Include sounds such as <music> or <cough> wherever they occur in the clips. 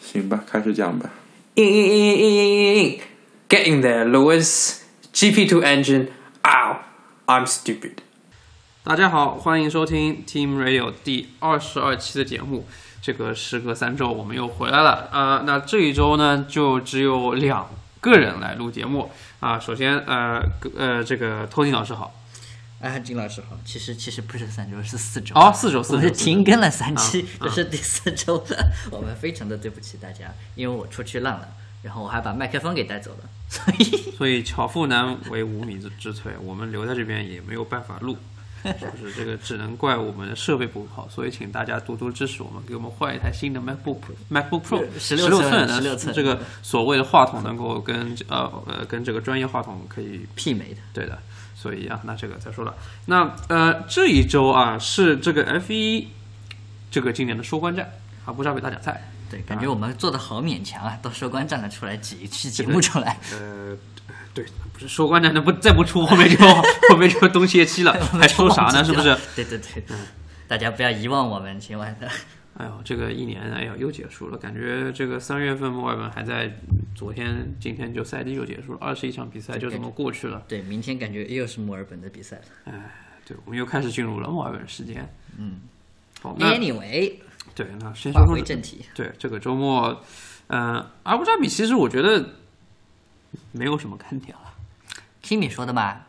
行吧，开始讲吧。硬硬硬硬硬硬硬硬，Get in there, Lewis. GP2 engine. Ow, I'm stupid. 大家好，欢迎收听 Team Radio 第二十二期的节目。这个时隔三周，我们又回来了啊、呃那这一周呢，就只有两个人来录节目啊、首先，呃呃，这个 Tony 老师好，哎，金老师好，其实其实不是三周，是四周。哦，四周四我周，们是停更了三期啊，啊这是第四周了。我们非常的对不起大家，因为我出去浪了，然后我还把麦克风给带走了，所 <laughs> 以所以巧妇难为无米之之炊，我们留在这边也没有办法录，是不是？这个只能怪我们的设备不好，所以请大家多多支持我们，给我们换一台新的 MacBook MacBook Pro 16六寸寸的16寸这个所谓的话筒能够跟呃呃跟这个专业话筒可以媲美的。对的，所以啊，那这个再说了。那呃这一周啊是这个 F 一这个今年的收官战啊布扎比大奖赛，对，感啊觉我们做的好勉强啊，到收官站了出来几期节目出 <laughs> 来，呃，对，不是收官战，那不再不出后面就 <laughs> 后面就冬歇期了，还收啥呢？是不 <laughs> 是？？嗯对对对，大家不要遗忘我们，今晚的。哎呦，这个一年，哎呦，又结束了，感觉这个三月份墨尔本还在，昨天、今天就赛季就结束了，二十一场比赛就这么过去了。 <laughs> 对，明天感觉又是墨尔本的比赛了。对，我们又开始进入了墨尔本时间。嗯，好，那 Anyway，对，那先说哎话说回正题，对这个周末，嗯、阿布扎比其实我觉得没有什么看点了。 ，Kimi 说的嘛，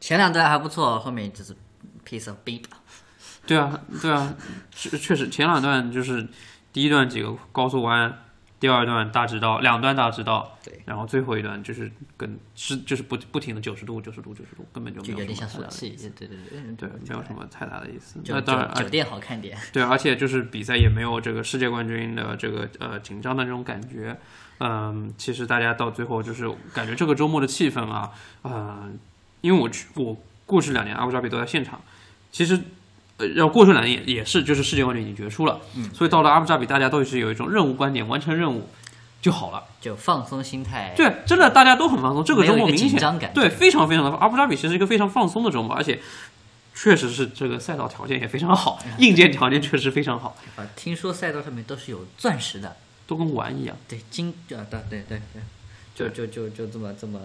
前两段还不错，后面就是 piece of beep。对啊，对 <laughs> 啊，确确实前两段就是第一段几个高速弯，第二段大直道，两段大直道，对，然后最后一段就是跟是就是不不停的九十度九十度九十度，根本就没就有有点什像么太索大的契，对对嗯对对，没有什么太大的意思。酒那当然，酒而酒店好看点，对，而且就是比赛也没有这个世界冠军的这个呃紧张的这种感觉。嗯，其实大家到最后就是感觉这个周末的气氛啊，嗯、因为我去我过去两年阿布扎比都在现场，其实。呃，然后过去两年也也是，就是世界冠军已经决出了，嗯所以到了阿布扎比，大家都是有一种任务观点，完成任务就好了。就放松心态。对，真的大家都很放松。这个周末哎没有一明个显紧张感对，非常非常的。阿布扎比其实是一个非常放松的周末，而且确实是这个赛道条件也非常好，嗯硬件条件确实非常好，啊，听说赛道上面都是有钻石的，都跟玩一样。对金啊，对对对对，就就就就这么这么，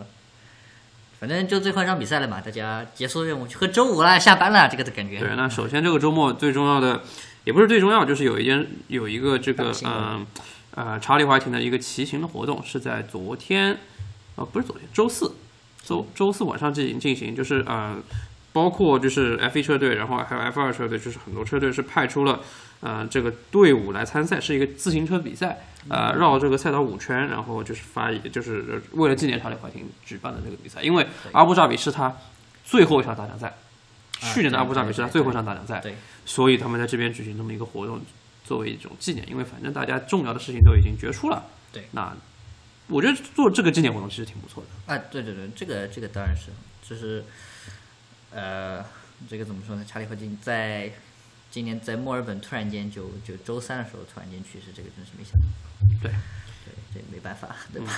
反正就最后一场比赛了嘛，大家结束任务去喝周五啦，下班啦，这个的感觉。 <laughs> 对，那首先这个周末最重要的，也不是最重要，就是有一件有一个这个大新闻嗯呃查理怀廷的一个骑行的活动是在昨天，呃不是昨天，周四，周周四晚上进行进行，就是呃包括就是 F 一车队，然后还有 F 二车队，就是很多车队是派出了呃这个队伍来参赛，是一个自行车比赛，呃绕这个赛道五圈，然后就是发一就是为了纪念查理怀廷举办的这个比赛，因为阿布扎比是他最后一场大奖赛。去年的对阿布扎比对是他啊对最后一场大奖赛，对，所以他们在这边举行这么一个活动，作为一种纪念，因为反正大家重要的事情都已经决出了。对那我觉得做这个纪念活动其实挺不错的。啊，对对对，这个这个当然是，就是，呃，这个怎么说呢？查理霍金在今年在墨尔本突然间就就周三的时候突然间去世，这个真是没想到。对对，这没办法，对吧？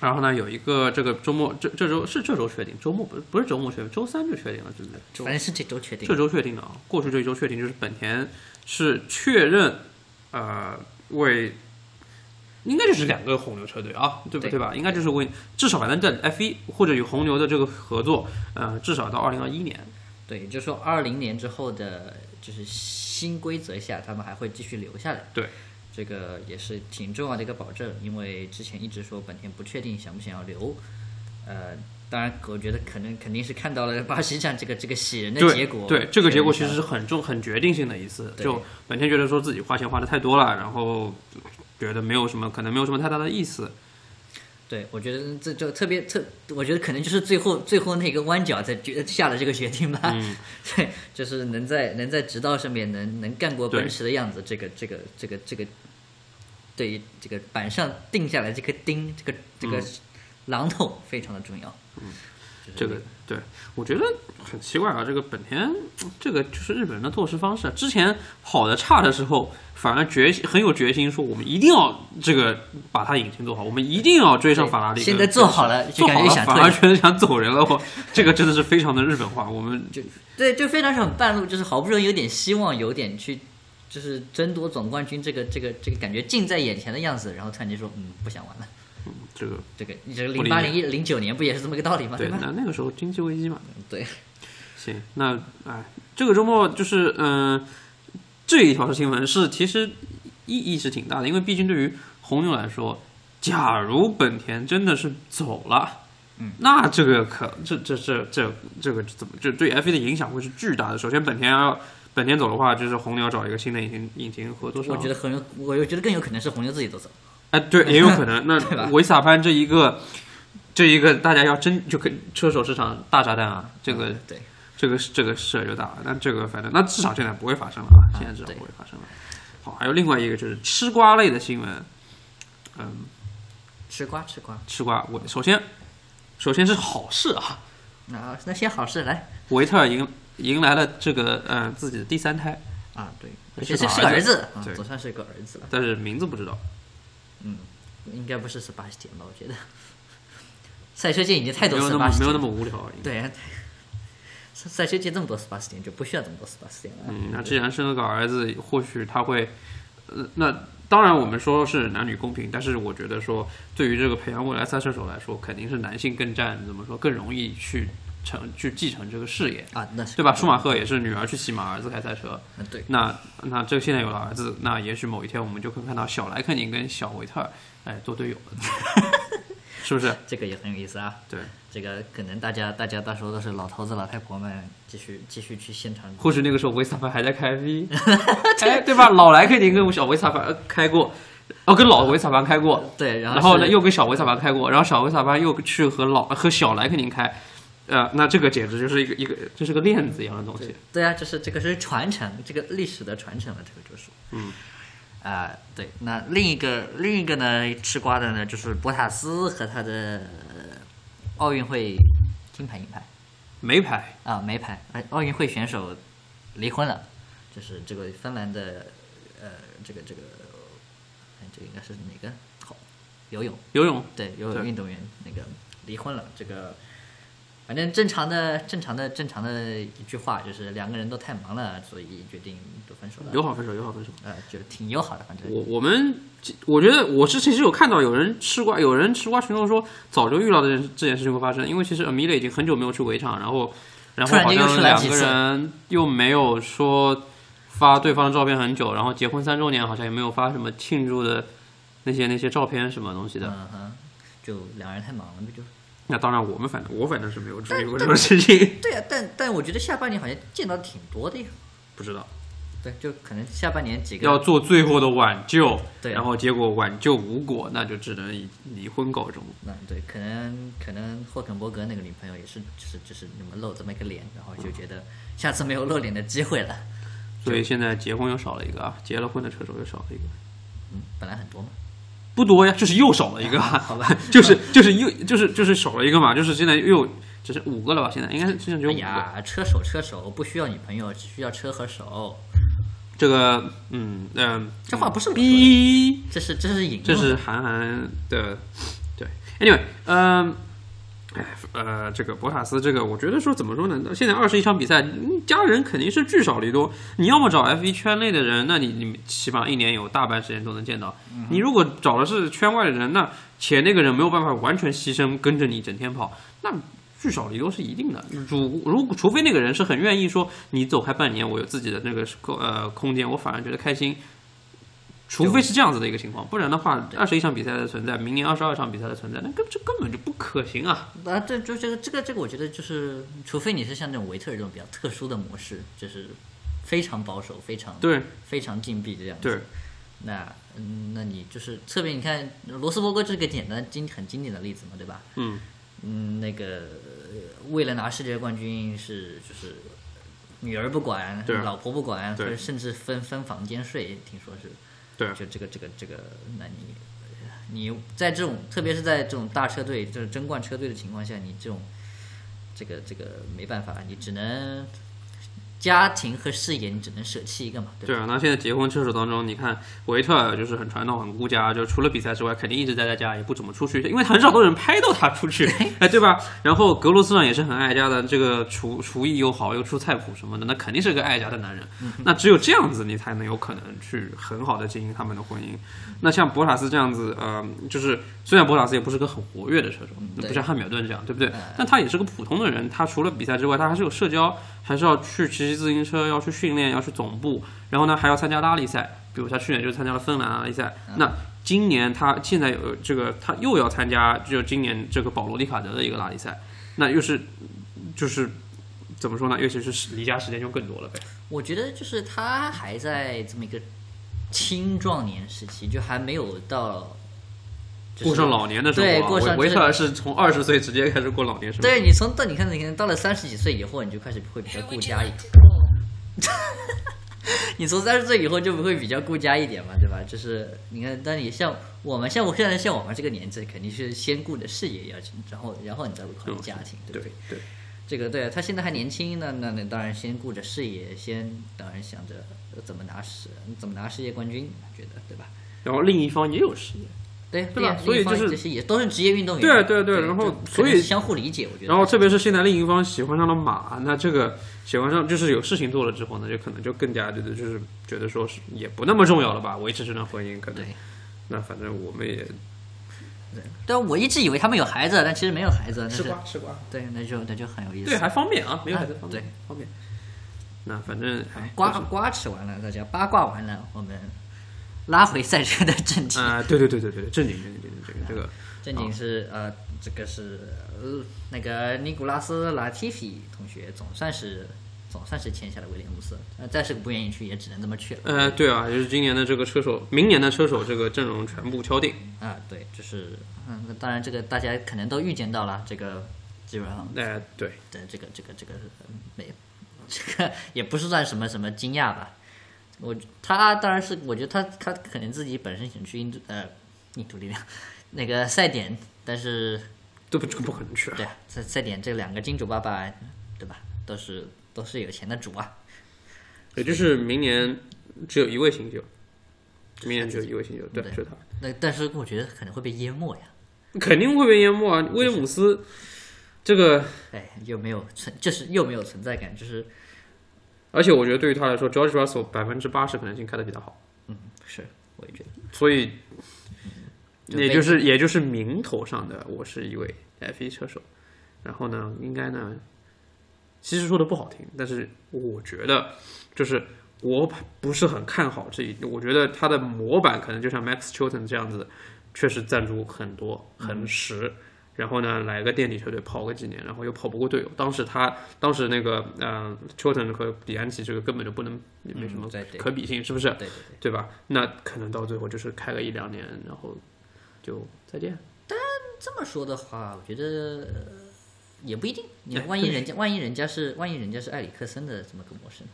然后呢，有一个这个周末，这这周是这周确定，周末不是不是周末确定，周三就确定了，对不对？周反正是这周确定这。周确定的啊，过去这一周确定就是本田是确认，呃，为应该就是两个红牛车队啊，对不对对吧？应该就是为至少反正在 F 一或者与红牛的这个合作，呃，至少到二零二一年，对，也就是说二零年之后的，就是新规则下，他们还会继续留下来。对，这个也是挺重要的一个保证，因为之前一直说本田不确定想不想要留，呃。当然，我觉得可能肯定是看到了巴西站这个这个喜人的对结果。对，这个结果其确实认是很重、很决定性的一次。对就本田觉得说自己花钱花的太多了，然后觉得没有什么，可能没有什么太大的意思。对，我觉得这就特别特，我觉得可能就是最后最后那个弯角在决下了这个决定吧。嗯 <laughs> 对，就是能在能在直道上面能能干过奔对驰的样子，这个这个这个这个，对于这个板上定下来这个钉，这个这嗯个榔头非常的重要。嗯，这个对我觉得很奇怪啊，这个本田这个就是日本人的做事方式啊。之前跑的差的时候，反而决心很有决心，说我们一定要这个把它引擎做好，我们一定要追上法拉利。现在做好了就做感好觉了，想反而退，觉得想走人了。我 <laughs> 这个真的是非常的日本化，我们对，就非常想半路就是好不容易有点希望，有点去就是争夺总冠军这个这个这个感觉近在眼前的样子，然后突然间说嗯不想玩了，嗯，这个这个你这个不零理八解零一零九年不也是这么个道理吗？对，啊吧？那那个时候经济危机嘛，对，行，那哎，这个周末就是嗯、这一条新闻是其实意义是挺大的，因为毕竟对于红牛来说，假如本田真的是走了。嗯，那这个可这这这这这个怎么这对 F 1的影响会是巨大的。首先，本田要本田走的话，就是红牛要找一个新的引擎引擎合作商。我觉得很有，我又觉得更有可能是红牛自己都走。哎，对，也有可能。 <laughs> 对吧那维斯塔潘这一个，这一个大家要真就跟车手市场大炸弹啊，这个嗯对，这个这个事儿就大了。那这个反正那至少现在不会发生了啊，现在至少对不会发生了。好，还有另外一个就是吃瓜类的新闻，嗯，吃瓜吃瓜。吃瓜，我首先首先是好事啊，那那些好事来维特尔迎迎来了这个呃自己的第三胎，啊，对，是是个是个儿儿子子，啊对总算是个儿子了，但是名字不知道。应该不是十八天吧？我觉得，赛车界已经太没多有十那八么没有那天，么无聊而已。对，赛赛车界这么多十八天就不需要这么多十八天了。嗯，那既然生了个儿子，或许他会，呃，那当然我们说是男女公平，但是我觉得说，对于这个培养未来赛车手来说，肯定是男性更占，怎么说更容易去承去继承这个事业，啊，那是对吧？舒马赫也是女儿去骑马，儿子开赛车。嗯对，那那这现在有了儿子，那也许某一天我们就会看到小莱克宁跟小维特尔，哎，做队友了， <laughs> 是不是？这个也很有意思啊。对，这个可能大家大家到时候都是老头子老太婆们继续继续去现场或许那个时候维斯塔潘还在开 <laughs> V，哎，对吧？老莱克宁跟小维斯塔潘呃开过，哦，跟老维斯塔潘开过，对，然后然后呢，是又跟小维萨巴开过，然后小维萨巴又去和老和小莱克宁开，呃，那这个简直就是一个一个，这是个链子一样的东西。对啊，就是这个是传承，这个历史的传承了，这个就是。嗯。啊、对，那另一个另一个呢，吃瓜的呢，就是博塔斯和他的呃奥运会金牌银牌没牌，啊、没牌，哎奥运会选手离婚了，就是这个芬兰的呃，这个这个，哎，这个应该是哪个？好，游泳，游泳对，游对泳运动员那个离婚了，这个反正正常的、正常的、正常的一句话就是两个人都太忙了，所以决定都分手了。友好分手，友好分手。呃，就挺友好的，反正我我们我觉得我是其实有看到有人吃瓜，有人吃瓜群众说早就预料到这件这件事情会发生，因为其实 Amelia 已经很久没有去围场，然后然后突然好间又像出来两几个次人又没有说发对方的照片很久，然后结婚三周年好像也没有发什么庆祝的那些那些照片什么东西的。嗯哼，就两人太忙了，就那当然，我们反正我反正是没有注意过这种事情，对啊。但但我觉得下半年好像见到挺多的呀。不知道对，就可能下半年几个 <laughs> 要做最后的挽救，对啊然后结果挽救无果，那就只能以离婚告终。嗯，对，可能可能霍肯伯格那个女朋友也是，就是就是你们露这么一个脸，然后就觉得下次没有露脸的机会了。所以现在结婚又少了一个啊，结了婚的车手又少了一个，嗯，本来很多嘛。不多呀，就是又少了一个 <laughs> 啊，好吧就是就是又就是就是少了一个嘛，就是现在又只剩五个了吧？现在应该是现在只有哎五个。呀，车手车手不需要女朋友，只需要车和手。嗯这个嗯嗯，这话不是我说的逼。这是这是引用的这是韩寒的，对。Anyway，嗯、哎，呃，这个博塔斯，这个我觉得说怎么说呢？现在二十一场比赛，嗯家人肯定是聚少离多。你要么找 F 一圈内的人，那你你起码一年有大半时间都能见到。你如果找的是圈外的人，那且那个人没有办法完全牺牲跟着你整天跑，那。聚少离多是一定的，如如除非那个人是很愿意说你走开半年，我有自己的那个呃空间，我反而觉得开心。除非是这样子的一个情况，不然的话，二十一场比赛的存在，明年二十二场比赛的存在，那根这根本就不可行啊！啊，对，就这个这个这个，我觉得就是，除非你是像这种维特尔这种比较特殊的模式，就是非常保守、非常对非常禁闭这样子。对，那嗯，那你就是特别，你看罗斯伯格这个简单经很经典的例子嘛，对吧？嗯，嗯，那个呃为了拿世界冠军是就是女儿不管，对啊老婆不管，对或者甚至分分房间睡，听说是。对啊就这个这个这个，那你你在这种，特别是在这种大车队，就是争冠车队的情况下，你这种这个这个没办法，你只能家庭和事业你只能舍弃一个嘛，对吧？对啊，那现在结婚车手当中，你看维特尔就是很传统、很顾家，就除了比赛之外，肯定一直待在家，也不怎么出去，因为很少有人拍到他出去，哎，对吧？然后格罗斯呢也是很爱家的，这个厨厨艺又好，又出菜谱什么的，那肯定是个爱家的男人。那只有这样子，你才能有可能去很好的经营他们的婚姻。那像博塔斯这样子，呃，就是虽然博塔斯也不是个很活跃的车手，对嗯不像汉密尔顿这样，对不对？但他也是个普通的人，他除了比赛之外，他还是有社交，还是要去骑自行车，要去训练，要去总部，然后呢还要参加拉力赛，比如他去年就参加了芬兰拉力赛，嗯那今年他现在有这个他又要参加，就今年这个保罗·里卡德的一个拉力赛，那又是就是怎么说呢？尤其是离家时间就更多了呗。我觉得就是他还在这么一个青壮年时期，就还没有到、就是、过上老年的生活啊，对过上维维这特尔是从二十岁直接开始过老年生活。对你从到你看，你看到了三十几岁以后，你就开始会比较顾家一点。 <laughs> 你从三十岁以后就不会比较顾家一点嘛，对吧？就是你看，但你像我们，像我现在像我们这个年纪，肯定是先顾的事业要紧，然后然后你再会考虑家庭，对不对对？嗯对，这个对他现在还年轻，那那那当然先顾着事业，先当然想着怎么拿世怎么拿世界冠军，觉得对吧？然后另一方也有事业。对啊对吧对所以另一方就是这些也都是职业运动员，对对对啊对，然后就可能所以是相互理解，我觉得。然后特别是现在另一方喜欢上了马，那这个喜欢上就是有事情做了之后呢，就可能就更加觉得就是觉得说是也不那么重要了吧，维持这段婚姻可能对。那反正我们也但我一直以为他们有孩子，但其实没有孩子，那是吃瓜，对，那就那就很有意思。对，还方便啊，没有孩子啊方便、方便。那反正哎，瓜就是瓜吃完了，大家八卦完了，我们拉回赛车的正题。啊、对对对对对，正经正经正经这个这个正经是呃，这个是呃那个尼古拉斯拉提fi 同学总算是总算是签下了威廉姆斯，呃，再是不愿意去也只能这么去了。呃，对啊，就是今年的这个车手，明年的车手这个阵容全部敲定。啊，对，就是嗯，那当然这个大家可能都预见到了，这个基本上哎、对，的这个这个这个嗯没，这个也不是算什么什么惊讶吧。我他当然是，我觉得他他可能自己本身想去印度呃印度力量那个赛点，但是都不这个不可能去啊。对啊，赛赛点这两个金主爸爸对吧，都是都是有钱的主啊。也就是明年只有一位新秀，明年只有一位新秀，对，对是他。那但是我觉得可能会被淹没呀，肯定会被淹没嗯啊！威廉姆斯这个，哎，又没有存，就是又没有存在感，就是而且我觉得对于他来说，George Russell 百分之八十可能性开的比他好，嗯，是，我也觉得所以就也被就是也就是名头上的我是一位 F1 车手，然后呢，应该呢，其实说的不好听，但是我觉得就是我不是很看好这一，我觉得他的模板可能就像 Max Chilton 这样子，确实赞助很多很实。然后呢，来个垫底车队跑个几年，然后又跑不过队友。当时他，当时那个，嗯、c h i l t o n 和比安奇这个根本就不能，也没什么嗯对对可比性，是不是？对对对。对吧？那可能到最后就是开个一两年，然后就再见。这么说的话，我觉得、呃也不一定。你哎万一对人家，万一人家是，万一人家是埃里克森的这么个模式呢？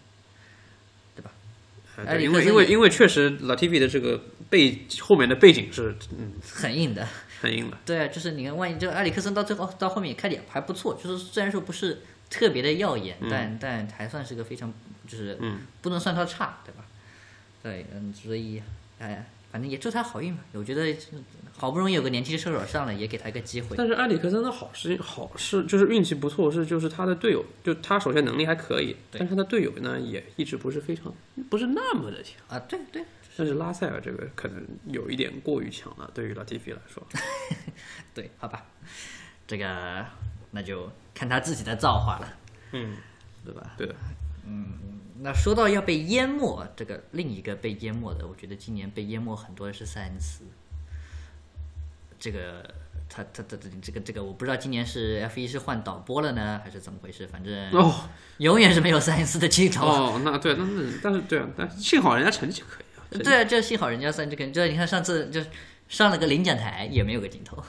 呃埃里因克为森因为也因为确实 Latifi 的这个背后面的背景是嗯很硬的，很硬的，对啊，就是你看，万一这个埃里克森到最后到后面也开点还不错，就是虽然说不是特别的耀眼，但但还算是个非常就是嗯不能算他差，对吧？对，嗯，所以哎，反正也祝他好运吧。我觉得好不容易有个年轻的射手上来，也给他一个机会。但是埃里克森的好是好是就是运气不错，是就是他的队友，就他首先能力还可以，对但是他的队友呢也一直不是非常不是那么的强，啊，对对，但是拉塞尔这个可能有一点过于强了，对于 Latifi 来说，对，好吧，这个那就看他自己的造化了，嗯，对吧？对的，那说到要被淹没，这个另一个被淹没的，我觉得今年被淹没很多的是塞恩斯。这个他他他他这个这个，我不知道今年是 F 一是换导播了呢，还是怎么回事，反正哦永远是没有塞恩斯的镜头。哦，那对，那那但是对啊，但幸好人家成绩可以啊，成绩对啊，这幸好人家塞恩斯肯，就啊你看上次就上了个领奖台也没有个镜头。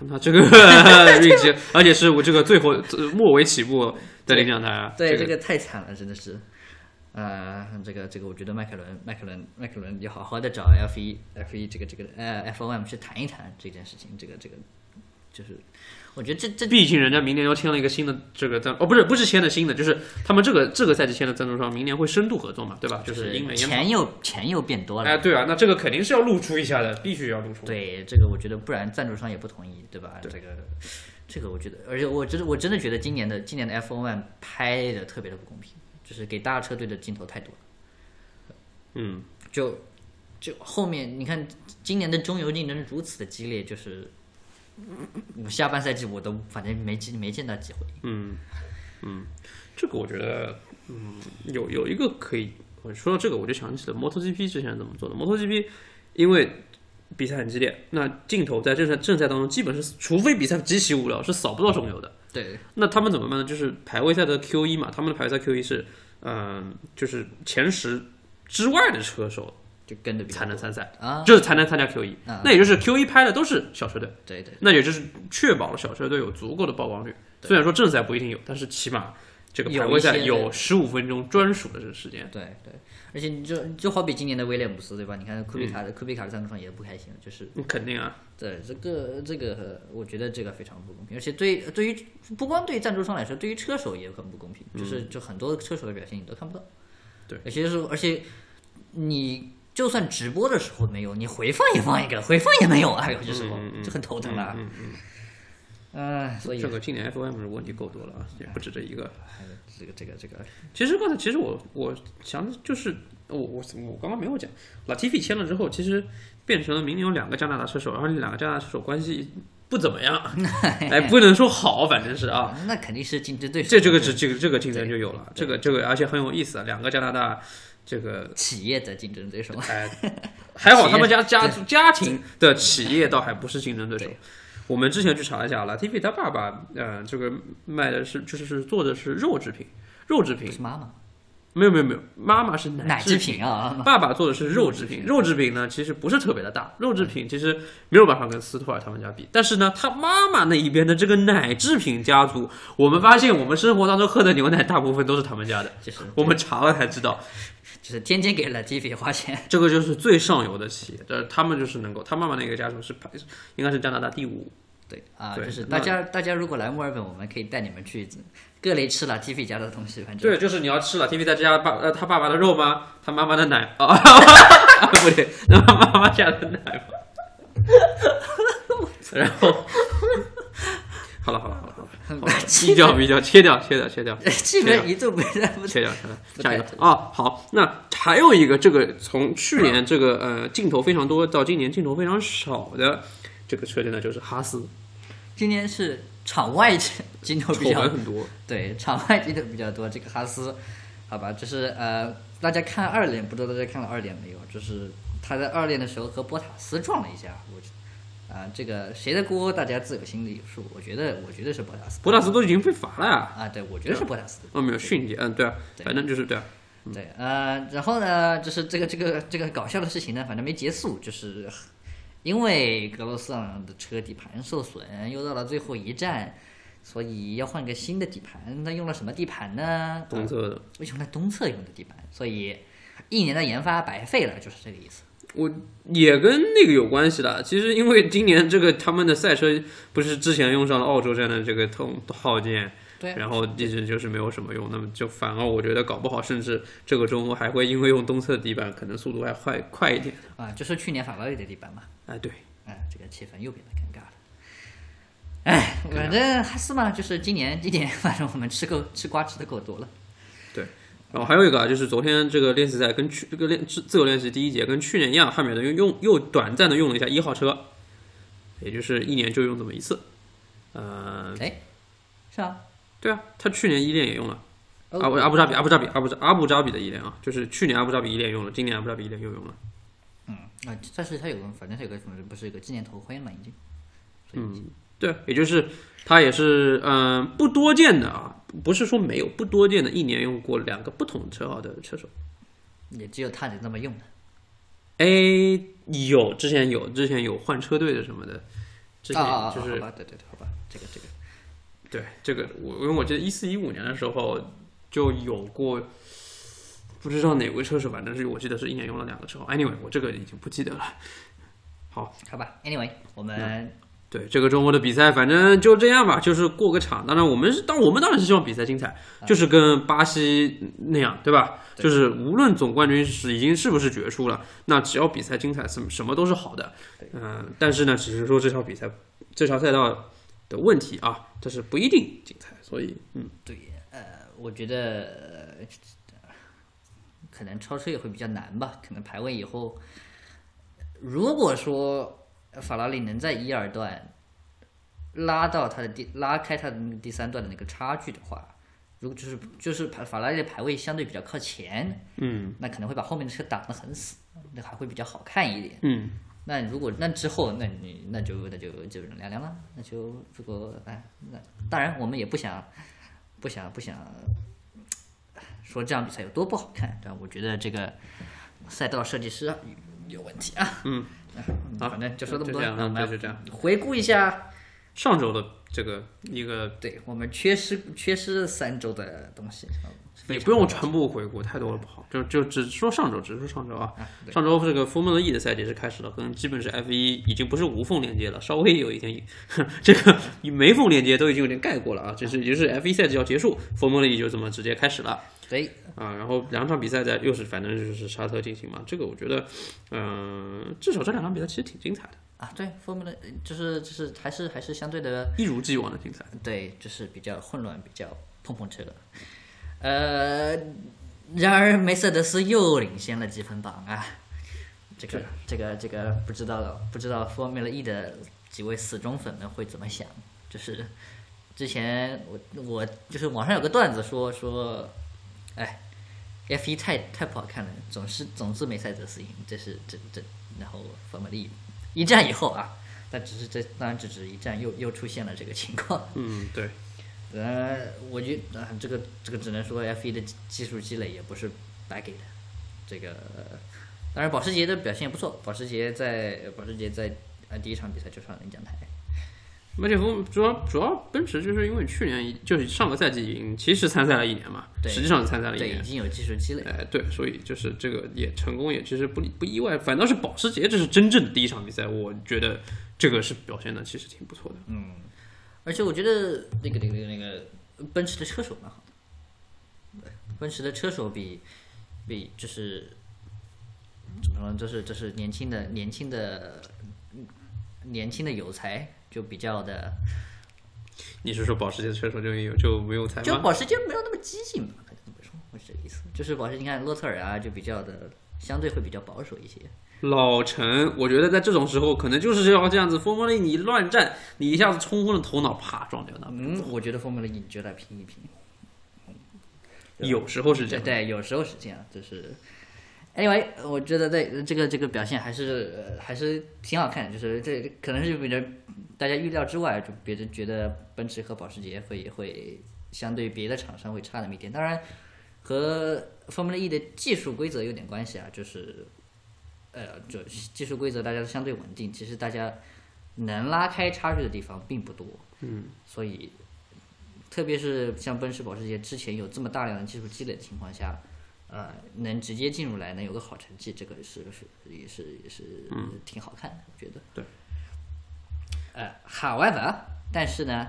那这个啊 <laughs> 运气，而且是我这个最后呃末尾起步的领奖台啊，对，这个个太惨了，真的是。呃，这个这个，我觉得迈凯伦、迈凯伦、迈凯伦要好好的找 F 一、F 一这个这个呃 F O M 去谈一谈这件事情，这个这个就是我觉得这这毕竟人家明年又签了一个新的这个赞哦，不是不是签的新的，就是他们这个这个赛季签的赞助商，明年会深度合作嘛，对吧？就是英美研钱又钱又变多了。哎，对啊，那这个肯定是要露出一下的，必须要露出。对这个，我觉得不然赞助商也不同意，对吧？对这个，这个我觉得，而且我真的我真的觉得今年的今年的 F1 拍的特别的不公平，就是给大车队的镜头太多了。嗯，就就后面你看今年的中游竞争如此的激烈，就是我下半赛季我都反正没见没见到机会。嗯这个我觉得，嗯，有有一个可以，我说到这个我就想起了 MotoGP 之前怎么做的。MotoGP 因为比赛很激烈，那镜头在正赛正赛当中基本是，除非比赛极其无聊，是扫不到中游的。对，那他们怎么办呢？就是排位赛的 Q 一嘛，他们的排位赛 Q 一是，嗯、就是前十之外的车手就跟着比才能参赛，啊，就是才能参加 Q 一、啊那也就是 Q 一拍的都是小车队，对对那也就是确保了小车队有足够的曝光率。虽然说正赛不一定有，但是起码这个排位赛有一些有十五分钟专属的这个时间。对对，而且你就就好比今年的威廉姆斯对吧？你看库比卡的库比卡的赞助商也不开心了，就是嗯肯定啊，对这个这个，我觉得这个非常不公平，而且对对于不光对于赞助商来说，对于车手也很不公平，就是就很多车手的表现你都看不到。嗯对而且就是而且你就算直播的时候没有，你回放也放一个，回放也没有啊，嗯有些时候就很头疼了。嗯所以这个今年 FOM 的问题够多了啊，也不止这一个。还有这个这个这个，其实刚才，其实我我想就是我我我刚刚没有讲，Latifi 签了之后，其实变成了明年有两个加拿大车手，然后这两个加拿大车手关系不怎么 <laughs> 样，哎，不能说好，反正是啊，那肯定是竞争对手。这这个 <laughs> 这这个这个竞争就有了，这个这个而且很有意思啊，两个加拿大这个 <laughs> 企业的竞争对手。哎，还好他们家家族家庭的企业倒还不是竞争对手对。我们之前去查了一下，Latifi 他爸爸，呃，这个卖的是就是是做的是肉制品，肉制品是妈妈没有没有没有，妈妈是奶制制品啊，爸爸做的是肉制品，嗯肉制品呢其实不是特别的大，肉制品其实没有办法跟斯图尔他们家比。但是呢，他妈妈那一边的这个奶制品家族，我们发现我们生活当中喝的牛奶大部分都是他们家的。就是我们查了才知道，就是天天给 Latifi 花钱。这个就是最上游的企业，这他们就是能够，他妈妈那个家族是排，应该是加拿大第五。对啊，对就是那大家大家如果来墨尔本，我们可以带你们去各类吃了 T P 家的东西，反正对，就是你要吃了 T V 他家爸呃他爸爸的肉吗？他妈妈的奶 <laughs> 啊，不对，他妈妈家的奶吗？ <laughs> 然后，好了好了好了好了，低基调本低调，切掉切掉切掉 <laughs> 基本一度不在不切掉切掉，不下一个太啊好，那还有一个这个从去年这个呃镜头非常多到今年镜头非常少的这个车队呢，就是哈斯，今天是场外镜头比丑 <laughs> 较闻很多，对，场外镜头比较多。这个哈斯，好吧，就是呃，大家看二连，不知道大家看了二连没有？就是他在二连的时候和波塔斯撞了一下，我觉得啊、这个谁的锅大家自有心里有数。我觉得我觉得是波塔斯博纳斯都已经被罚了呀，啊，对我觉得是波塔斯。哦没有训诫，嗯对啊，对反正就是对啊，对，呃，然后呢，就是这个这个这个搞笑的事情呢，反正没结束，就是因为格罗斯朗的车底盘受损，又到了最后一站，所以要换个新的底盘。那用了什么底盘呢？东侧的。呃用了东侧用的底盘，所以一年的研发白费了，就是这个意思。我也跟那个有关系的。其实因为今年这个他们的赛车不是之前用上了澳洲站的这个通套件，对啊，然后一直就是没有什么用，那么就反而我觉得搞不好，甚至这个周末还会因为用东侧底板，可能速度还快快一点。啊、就是去年法拉利的底盘嘛，哎，对，啊、这个气氛又变得尴尬了。哎，啊反正哈斯嘛，就是今年今年，反正我们吃够吃瓜吃的够多了。然后还有一个啊，就是昨天这个练习赛跟去这个练自自由练习第一节跟去年一样，汉密尔顿又用又短暂的用了一下一号车，也就是一年就用这么一次。呃，哎，是啊，对啊，他去年一练也用了。哦阿布阿布扎比阿布扎比阿布扎阿布扎比的一连啊，就是去年阿布扎比一连用了，今年阿布扎比一连又用了。啊，但是它有个，反正它有个什么，不是有个纪念头盔嘛，已经。嗯，对，也就是他也是嗯、不多见的啊，不是说没有不多见的，一年用过两个不同车号的车手。也只有它能这么用的。哎，有之前有之前有换车队的什么的，之前啊啊啊就是、好吧，对对对，好吧，这个这个，对这个我因为我记得一四一五年的时候就有过。不知道哪位车手，反正是我记得是一年用了两个车号。Anyway，我这个已经不记得了。嗯好吧。Anyway，我们对这个周末的比赛，反正就这样吧，就是过个场。当然，我们是，当我们当然是希望比赛精彩，就是跟巴西那样，对吧？就是无论总冠军是已经是不是决出了，那只要比赛精彩，什么什么都是好的。嗯、但是呢，只是说这场比赛这场赛道的问题啊，这是不一定精彩，所以嗯，我觉得呃可能超车也会比较难吧，可能排位以后，如果说法拉利能在一二段拉到它的第拉开它的那个第三段的那个差距的话，如果就是就是排法拉利的排位相对比较靠前，嗯，那可能会把后面的车挡得很死，那还会比较好看一点。嗯，那如果那之后，那你那就那就就凉凉了，那就如果哎，那当然我们也不想不想不想说这样比赛有多不好看，但我觉得这个赛道设计师啊有有问题啊。嗯啊，反正就说这么就多，这样那我们嗯就这样回顾一下，上周的这个一个对我们缺失缺失三周的东西，也不用全部回顾，太多了不好，就就只说上周，只说上周啊。啊，对上周这个 Formula E 的赛季是开始了，跟基本是 F 1已经不是无缝连接了，稍微有一点 <laughs> 这个没缝连接都已经有点盖过了啊，这是也就是 F 1赛季要结束，Formula E 就这么直接开始了对，啊。然后两场比赛在又是反正就是沙特进行嘛，这个我觉得，嗯、至少这两场比赛其实挺精彩的，啊，对，Formula 就是就是还是还是相对的，一如既往的精彩。对，就是比较混乱，比较碰碰车。呃，然而梅赛德斯又领先了积分榜啊！这个这个这个不知道不知道 Formula E 的几位死忠粉们会怎么想？就是之前我我就是网上有个段子说说，哎，F 一太太不好看了，总是总是梅赛德斯赢，这是这这，然后 Formula E 一战以后啊，但只是这当然只是一战又又出现了这个情况。嗯，对，呃，我觉得、啊这个这个只能说 F 一的技技术积累也不是白给的。这个呃当然，保时捷的表现也不错，保时捷在保时捷在呃第一场比赛就上领奖台。而且风主要主要奔驰就是因为去年就是上个赛季已经其实参赛了一年嘛，对实际上是参赛了一对，年已，经有技术积累。哎，对，所以就是这个也成功，也其实不不意外，反倒是保时捷这是真正的第一场比赛，我觉得这个是表现的其实挺不错的。而且我觉得那个那个那个奔驰的车手蛮好的，奔驰的车手比比就是怎么说呢，就是就是年轻的年轻的年轻的有才，就比较的。你是说保时捷的车手就有就没有才就吗？保时捷没有那么激进吧，可能这么说，我是这个意思。就是保时捷，你看洛特尔啊，就比较的相对会比较保守一些。老陈，我觉得在这种时候可能就是要这样子，风风力你乱战，你一下子冲昏了头脑，啪撞掉那。嗯，我觉得风格的你就来拼一拼。有时候是这对样，对，有时候是这样，就是。Anyway，我觉得对这个这个表现还是、呃还是挺好看的，就是这可能是比人大家预料之外，就别人觉得奔驰和保时捷会会相对别的厂商会差那么一点。当然，和 Formula E 的技术规则有点关系啊，就是呃，就技术规则大家都相对稳定，其实大家能拉开差距的地方并不多。嗯，所以特别是像奔驰、保时捷之前有这么大量的技术积累的情况下，呃，能直接进入来，能有个好成绩，这个是是也是也是挺好看的，我觉得。嗯对。呃，however，但是呢，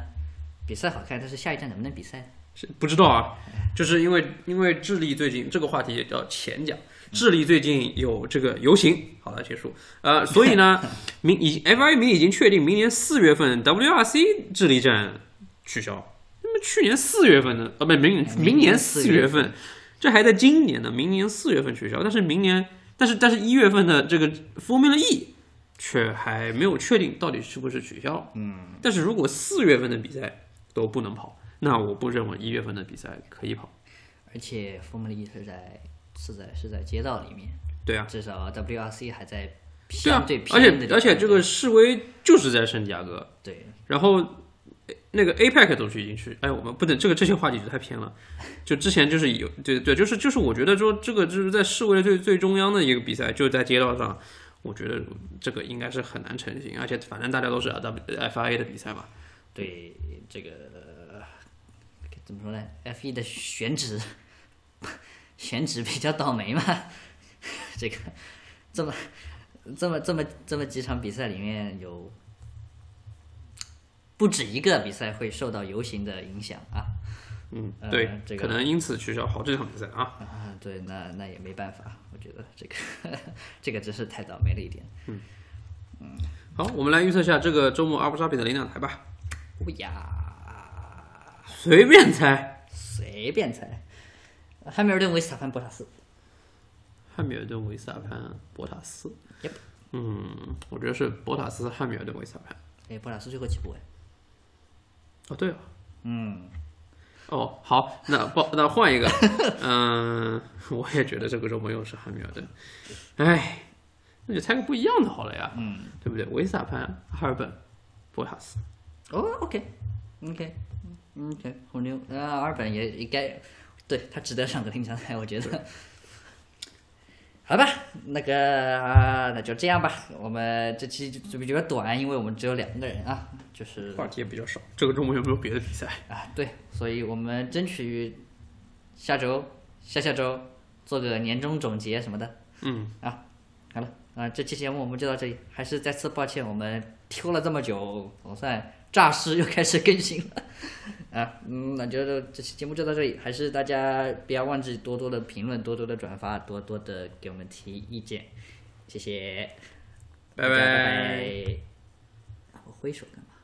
比赛好看，但是下一站能不能比赛？是不知道啊，就是因为因为智利最近这个话题也叫前讲，智利最近有这个游行，好了，结束。呃，所以 <laughs> 呢，明已 FIA 明已经确定明年四月份 WRC 智利站取消。那么去年四月份呢？呃，不，明明年四月份，这还在今年呢，明年四月份取消。但是明年，但是但是一月份的这个 Formula E 却还没有确定到底是不是取消。嗯，但是如果四月份的比赛都不能跑，那我不认为一月份的比赛可以跑。而且 Formula E 是在是在是在街道里面，对啊，至少 WRC 还在对啊相对，而偏的地且方而且这个示威就是在圣地亚哥，对然后呃那个 APEC 都是已经去，哎，我们不能这个这些话题就太偏了。就之前就是有对对，就是就是我觉得说这个就是在示威的最最中央的一个比赛，就在街道上，我觉得这个应该是很难成型，而且反正大家都是 FIA 的比赛嘛，对这个呃怎么说呢？F 一的选址选址比较倒霉嘛，这个这么这么这么这么几场比赛里面有不止一个比赛会受到游行的影响啊。嗯，呃对，这个可能因此取消好这场比赛啊。啊，对，那那也没办法，我觉得这个这个真是太倒霉了一点。好，我们来预测一下这个周末阿布扎比的领奖台吧，哦呀，随便猜，随便猜，汉密尔顿、维斯塔潘、博塔斯，汉密尔顿、维斯塔潘、博塔斯。 Yep 嗯，我觉得是博塔斯、汉密尔顿、维斯塔潘。哎，博塔斯最后起步哎，哦，对哦，嗯，哦，好，那不，那换一个，嗯、我也觉得这个周末又是汉密尔顿，哎，那就猜个不一样的好了呀，嗯，对不对？维斯塔潘、哈尔本、博塔斯，哦，OK，OK，嗯，OK，红牛，呃，阿尔本也应该，对他值得上个领奖台，我觉得。 <laughs> 好吧，那个、啊那就这样吧。我们这期就比较短，因为我们只有两个人啊，就是话题也比较少。这个周末有没有别的比赛？啊，对，所以我们争取下周、下下周做个年终总结什么的。嗯，啊，好了，啊，这期节目我们就到这里，还是再次抱歉，我们拖了这么久，总算诈尸又开始更新了。啊，嗯，那就这期节目就到这里，还是大家不要忘记多多的评论，多多的转发，多多的给我们提意见，谢谢，大家拜拜拜。我挥手干嘛？